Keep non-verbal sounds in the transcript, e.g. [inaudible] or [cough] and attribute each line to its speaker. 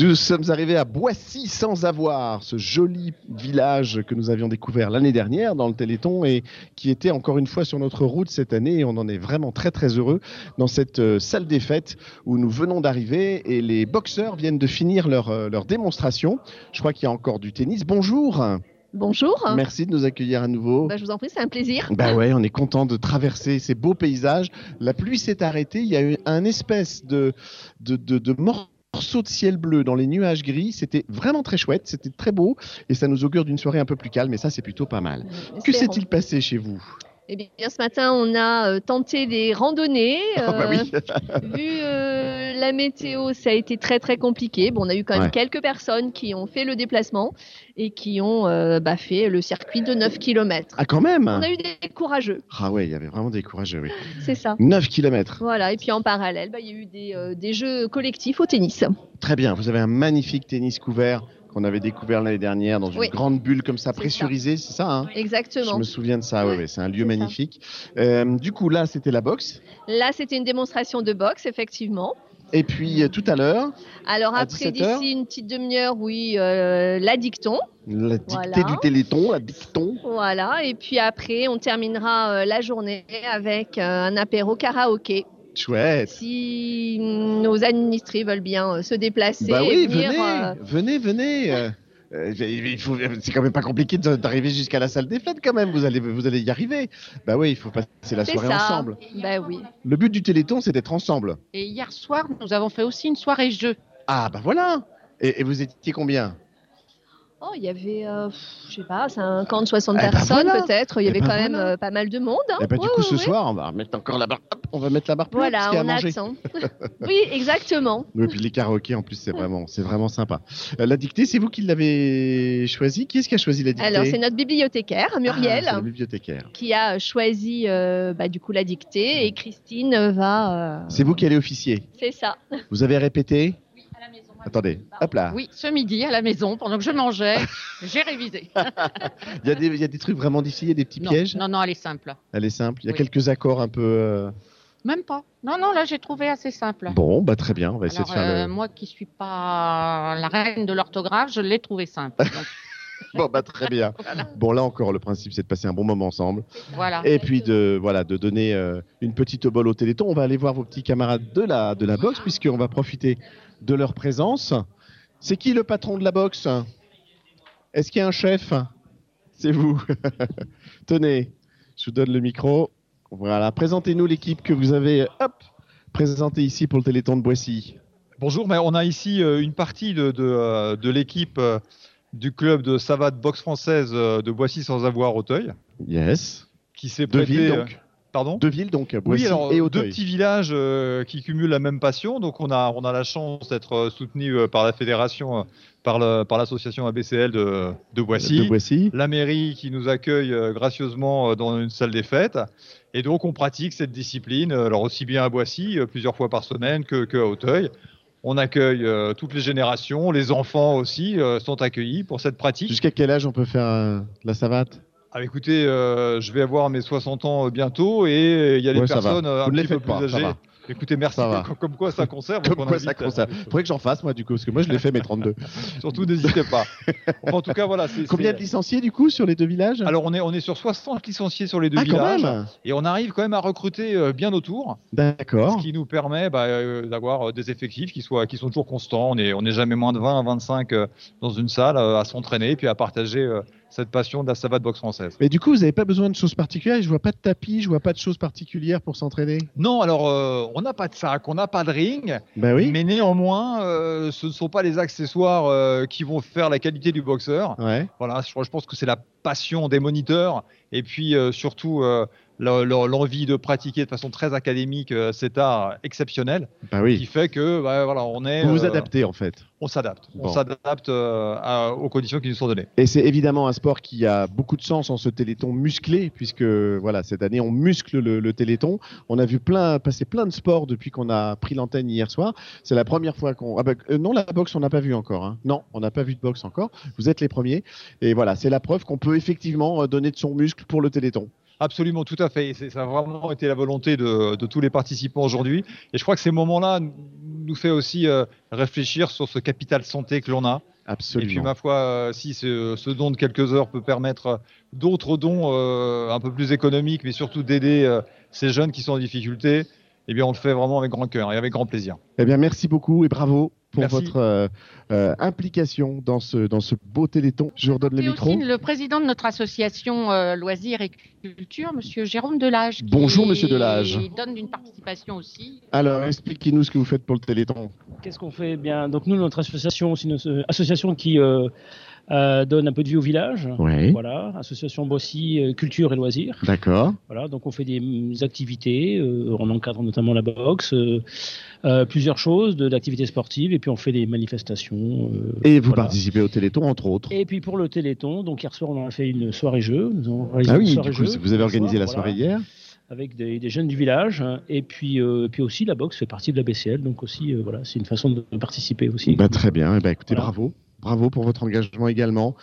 Speaker 1: Nous sommes arrivés à Boissy sans avoir ce joli village que nous avions découvert l'année dernière dans le Téléthon et qui était encore une fois sur notre route cette année et on en est vraiment très très heureux dans cette euh, salle des fêtes où nous venons d'arriver et les boxeurs viennent de finir leur, euh, leur démonstration. Je crois qu'il y a encore du tennis. Bonjour.
Speaker 2: Bonjour.
Speaker 1: Merci de nous accueillir à nouveau.
Speaker 2: Oh. Bah, je vous en prie, c'est un plaisir.
Speaker 1: Bah ouais, on est content de traverser ces beaux paysages. La pluie s'est arrêtée. Il y a eu un espèce de de, de, de morceau de ciel bleu dans les nuages gris. C'était vraiment très chouette. C'était très beau et ça nous augure d'une soirée un peu plus calme. Et ça, c'est plutôt pas mal. Que
Speaker 2: Euh, Espérons.
Speaker 1: s'est-il passé chez vous
Speaker 2: Eh bien, ce matin, on a euh, tenté des randonnées.
Speaker 1: [laughs] Ah bah
Speaker 2: euh,
Speaker 1: oui.
Speaker 2: vu euh, la météo, ça a été très très compliqué. Bon, on a eu quand même
Speaker 1: Ouais.
Speaker 2: quelques personnes qui ont fait le déplacement et qui ont euh, bah, fait le circuit de 9 km.
Speaker 1: Ah quand même.
Speaker 2: On a eu des courageux,
Speaker 1: Ah ouais, il y avait vraiment des courageux. Oui.
Speaker 2: c'est ça.
Speaker 1: 9 kilomètres.
Speaker 2: Voilà, et puis en parallèle, bah, il y a eu des, euh, des jeux collectifs au tennis.
Speaker 1: Très bien. Vous avez un magnifique tennis couvert qu'on avait découvert l'année dernière dans une
Speaker 2: Oui.
Speaker 1: grande bulle comme ça
Speaker 2: C'est ça.
Speaker 1: pressurisée, c'est ça hein Je
Speaker 2: Exactement.
Speaker 1: me souviens de ça, ouais,
Speaker 2: Ouais,
Speaker 1: ouais, c'est un lieu
Speaker 2: c'est ça.
Speaker 1: magnifique. Euh, du coup, là, c'était la boxe.
Speaker 2: Là, c'était une démonstration de boxe, effectivement.
Speaker 1: Et puis, euh, tout à l'heure,
Speaker 2: Alors
Speaker 1: À
Speaker 2: après,
Speaker 1: 17 heures.
Speaker 2: d'ici une petite demi-heure, oui, euh, la dicton.
Speaker 1: La dictée
Speaker 2: Voilà.
Speaker 1: du Téléthon, la dicton.
Speaker 2: Voilà. Et puis après, on terminera euh, la journée avec euh, un apéro karaoké.
Speaker 1: Chouette.
Speaker 2: Si mm, nos administrés veulent bien euh, se déplacer
Speaker 1: Bah
Speaker 2: et
Speaker 1: oui,
Speaker 2: venir.
Speaker 1: venez,
Speaker 2: euh,
Speaker 1: venez, venez, euh, euh, il faut- C'est quand même pas compliqué de- d'arriver jusqu'à la salle des fêtes quand même. Vous allez, vous allez y arriver. Bah oui, il faut passer la
Speaker 2: c'est
Speaker 1: soirée
Speaker 2: ça.
Speaker 1: ensemble.
Speaker 2: Bah oui.
Speaker 1: Le but du Téléthon, c'est d'être ensemble.
Speaker 3: Et hier soir, nous avons fait aussi une soirée jeu.
Speaker 1: Ah bah voilà. Et, et vous étiez combien
Speaker 2: Oh, il y avait, euh, pff, je sais pas, 50, 60
Speaker 1: Eh ben
Speaker 2: personnes
Speaker 1: voilà.
Speaker 2: peut-être. Il y
Speaker 1: Eh
Speaker 2: avait
Speaker 1: ben
Speaker 2: quand même
Speaker 1: voilà.
Speaker 2: euh, pas mal de monde. hein.
Speaker 1: Eh bah,
Speaker 2: Ouais,
Speaker 1: Du coup,
Speaker 2: ouais,
Speaker 1: ce
Speaker 2: ouais.
Speaker 1: soir, on va mettre encore la barre. hop, on va mettre la barre plus haute, parce
Speaker 2: Voilà,
Speaker 1: qu'il y a à
Speaker 2: on
Speaker 1: manger. [laughs]
Speaker 2: attend. oui, exactement.
Speaker 1: Oui, Et puis les karaokés, en plus, c'est vraiment, c'est vraiment sympa. Euh, la dictée, c'est vous qui l'avez choisie. Qui est-ce qui a choisi la dictée
Speaker 2: Alors, c'est notre bibliothécaire, Muriel.
Speaker 1: Ah, c'est la bibliothécaire.
Speaker 2: qui a choisi euh, bah, du coup la dictée et Christine euh, va. euh,
Speaker 1: C'est vous qui allez officier.
Speaker 2: C'est ça.
Speaker 1: Vous avez répété
Speaker 3: Oui, à la maison.
Speaker 1: Attendez, hop là.
Speaker 3: Oui, ce midi à la maison, pendant que
Speaker 1: [laughs]
Speaker 3: je mangeais, j'ai révisé.
Speaker 1: Il y, a des, il y a des trucs vraiment difficiles, il y a des petits
Speaker 3: non,
Speaker 1: pièges.
Speaker 3: Non, non, elle est simple.
Speaker 1: Elle est simple. Il y a
Speaker 3: Oui.
Speaker 1: quelques accords un peu. euh,
Speaker 3: Même pas. Non, non, là, j'ai trouvé assez simple.
Speaker 1: Bon, bah très bien, on va essayer
Speaker 3: Alors,
Speaker 1: de faire
Speaker 3: euh,
Speaker 1: le.
Speaker 3: moi qui suis pas la reine de l'orthographe, je l'ai
Speaker 1: [laughs]
Speaker 3: trouvé simple. Donc,
Speaker 1: [laughs] Bon, bah très bien. Bon, là encore, le principe, c'est de passer un bon moment ensemble.
Speaker 3: voilà.
Speaker 1: Et puis de, voilà, de donner euh, une petite obole au Téléthon. On va aller voir vos petits camarades de la, de la boxe, puisqu'on va profiter de leur présence. C'est qui le patron de la boxe Est-ce qu'il y a un chef C'est vous. [laughs] Tenez, je vous donne le micro. Voilà, présentez-nous l'équipe que vous avez hop, présentée ici pour le Téléthon de Boissy.
Speaker 4: Bonjour, mais on a ici euh, une partie de, de, euh, de l'équipe euh, du club de savate boxe française euh, de Boissy sans avoir Auteuil,
Speaker 1: Yes.
Speaker 4: qui s'est
Speaker 1: Deux
Speaker 4: prêté.
Speaker 1: villes
Speaker 4: euh,
Speaker 1: donc.
Speaker 4: pardon
Speaker 1: Deux villes donc, Boissy
Speaker 4: Oui, alors
Speaker 1: et
Speaker 4: euh,
Speaker 1: Auteuil.
Speaker 4: deux petits villages euh, qui cumulent la même passion. Donc on a, on a la chance d'être euh, soutenu euh, par la fédération, euh, par le- par l'association ABCL de, de Boissy.
Speaker 1: De Boissy.
Speaker 4: La mairie qui nous accueille euh, gracieusement euh, dans une salle des fêtes. Et donc, on pratique cette discipline, euh, alors aussi bien à Boissy, euh, plusieurs fois par semaine, que, que à Auteuil. On accueille euh, toutes les générations, les enfants aussi euh, sont accueillis pour cette pratique.
Speaker 1: Jusqu'à quel âge on peut faire euh, la savate
Speaker 4: Ah, écoutez, euh, je vais avoir mes 60 ans euh, bientôt et euh, il y a des
Speaker 1: Ouais, ça va.
Speaker 4: personnes euh,
Speaker 1: Vous
Speaker 4: un
Speaker 1: ne les
Speaker 4: petit peu
Speaker 1: faites
Speaker 4: plus
Speaker 1: pas, ça
Speaker 4: âgées.
Speaker 1: va.
Speaker 4: Écoutez, merci.
Speaker 1: Ça va.
Speaker 4: Comme, [laughs] comme quoi
Speaker 1: [laughs]
Speaker 4: ça conserve.
Speaker 1: Comme
Speaker 4: qu'on
Speaker 1: quoi ça
Speaker 4: invite, euh,
Speaker 1: conserve. Faudrait que j'en fasse moi du coup, parce que moi je l'ai fait mes 32.
Speaker 4: Surtout, n'hésitez
Speaker 1: [laughs]
Speaker 4: pas. Enfin, en tout cas, voilà. c'est-
Speaker 1: Combien
Speaker 4: c'est-
Speaker 1: de licenciés du coup sur les deux villages
Speaker 4: Alors, on est, on est sur 60 licenciés sur les deux
Speaker 1: Ah quand
Speaker 4: villages.
Speaker 1: même
Speaker 4: Et on arrive quand même à recruter euh, bien autour,
Speaker 1: D'accord.
Speaker 4: ce qui nous permet bah, euh, d'avoir euh, des effectifs qui, soient, qui sont toujours constants. On n'est on est jamais moins de 20 à 25 euh, dans une salle euh, à s'entraîner et puis à partager euh, cette passion de la savate boxe française.
Speaker 1: Mais du coup, vous n'avez pas besoin de choses particulières. Je vois pas de tapis, je vois pas de choses particulières pour s'entraîner.
Speaker 4: Non, alors euh, on n'a pas de sac, on n'a pas de ring,
Speaker 1: Bah oui.
Speaker 4: mais néanmoins, euh, ce ne sont pas les accessoires euh, qui vont faire la qualité du boxeur.
Speaker 1: Ouais.
Speaker 4: Voilà, je, je pense que c'est la passion des moniteurs et puis euh, surtout euh, leur- leur- l'envie de pratiquer de façon très académique euh, cet art exceptionnel.
Speaker 1: Bah
Speaker 4: qui
Speaker 1: oui.
Speaker 4: fait que bah, voilà, on est,
Speaker 1: Vous vous
Speaker 4: euh,
Speaker 1: adaptez en fait.
Speaker 4: on s'adapte,
Speaker 1: Bon.
Speaker 4: on s'adapte euh, à- aux conditions qui nous sont données.
Speaker 1: Et c'est évidemment un sport qui a beaucoup de sens en ce téléthon musclé, puisque voilà, cette année, on muscle le, le téléthon. On a vu plein, passer plein de sports depuis qu'on a pris l'antenne hier soir. C'est la première fois qu'on. Ah bah, euh, non, la boxe, on n'a pas vu encore. hein. Non, on n'a pas vu de boxe encore. Vous êtes les premiers. Et voilà, c'est la preuve qu'on peut effectivement euh, donner de son muscle pour le téléthon.
Speaker 4: Absolument, tout à fait. Et c'est- ça a vraiment été la volonté de, de tous les participants aujourd'hui. Et je crois que ces moments-là nous- nous fait aussi euh, réfléchir sur ce capital santé que l'on a. Et puis,
Speaker 1: Absolument.
Speaker 4: ma foi, euh, si ce, ce don de quelques heures peut permettre euh, d'autres dons euh, un peu plus économiques, mais surtout d'aider euh, ces jeunes qui sont en difficulté, eh bien, on le fait vraiment avec grand cœur et avec grand plaisir.
Speaker 1: Eh bien, merci beaucoup et bravo pour
Speaker 4: Merci.
Speaker 1: votre euh, euh, implication dans ce, dans ce beau téléthon. Je vous redonne le
Speaker 3: Et
Speaker 1: micro.
Speaker 3: aussi le président de notre association euh, Loisirs et Culture, Monsieur Jérôme Delage. qui
Speaker 1: Bonjour, monsieur Delage.
Speaker 3: donne une participation aussi.
Speaker 1: Alors, expliquez-nous ce que vous faites pour le téléthon.
Speaker 5: Qu'est-ce qu'on fait Eh Bien, donc nous, notre association, c'est une euh, association qui euh, euh, donne un peu de vie au village.
Speaker 1: Oui.
Speaker 5: Voilà, association Bossy euh, culture et loisirs.
Speaker 1: D'accord.
Speaker 5: Voilà, donc on fait des mm, activités, euh, on encadre notamment la boxe, euh, euh, plusieurs choses, de l'activité sportive, et puis on fait des manifestations. euh,
Speaker 1: Et vous
Speaker 5: voilà.
Speaker 1: participez au téléthon, entre autres.
Speaker 5: Et puis pour le Téléthon, donc hier soir on a fait une soirée jeu. Nous avons réalisé
Speaker 1: Ah
Speaker 5: une
Speaker 1: oui,
Speaker 5: soirée
Speaker 1: du coup,
Speaker 5: jeu
Speaker 1: vous avez
Speaker 5: hier
Speaker 1: organisé
Speaker 5: soir,
Speaker 1: la
Speaker 5: voilà,
Speaker 1: soirée hier.
Speaker 5: avec des, des jeunes du village. hein, Et puis, euh, puis aussi la boxe fait partie de la BCL, donc aussi euh, voilà, c'est une façon de participer aussi.
Speaker 1: Bah, très bien. Eh ben, écoutez,
Speaker 5: Voilà.
Speaker 1: bravo. Bravo pour votre engagement également.